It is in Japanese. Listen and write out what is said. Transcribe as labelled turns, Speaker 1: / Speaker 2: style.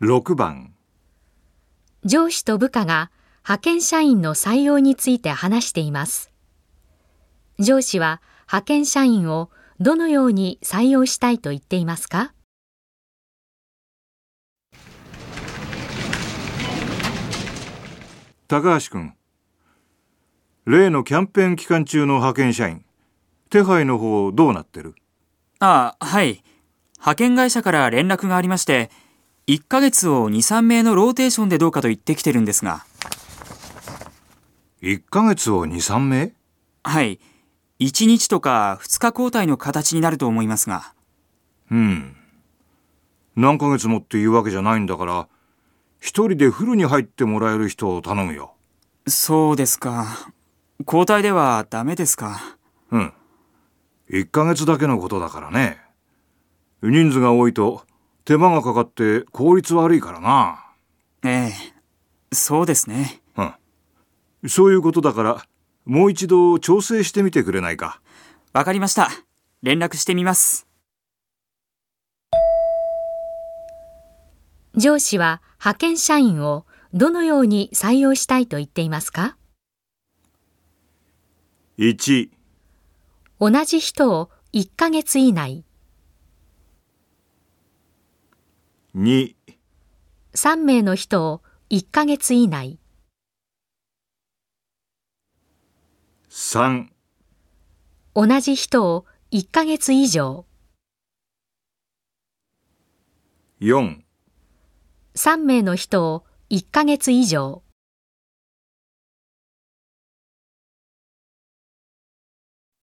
Speaker 1: 6番
Speaker 2: 上司と部下が派遣社員の採用について話しています。上司は派遣社員をどのように採用したいと言っていますか
Speaker 1: 高橋君例のキャンペーン期間中の派遣社員手配の方どうなってる
Speaker 3: ああ、はい。派遣会社から連絡がありまして、1ヶ月を2、3名のローテーションでどうかと言ってきてるんですが。
Speaker 1: 1ヶ月を2、3名
Speaker 3: はい。1日とか2日交代の形になると思いますが。
Speaker 1: うん。何ヶ月もっていうわけじゃないんだから、一人でフルに入ってもらえる人を頼むよ。
Speaker 3: そうですか。交代ではダメですか。
Speaker 1: うん。1ヶ月だけのことだからね。人数が多いと手間がかかって効率悪いからな。
Speaker 3: ええ、そうですね。
Speaker 1: うん。そういうことだから、もう一度調整してみてくれないか。
Speaker 3: わかりました。連絡してみます。
Speaker 2: 上司は派遣社員をどのように採用したいと言っていますか
Speaker 1: ?1
Speaker 2: 同じ人を1ヶ月以内
Speaker 1: 23
Speaker 2: 名の人を1ヶ月以内
Speaker 1: 3
Speaker 2: 同じ人を1ヶ月以上
Speaker 1: 43
Speaker 2: 名の人を1ヶ月以上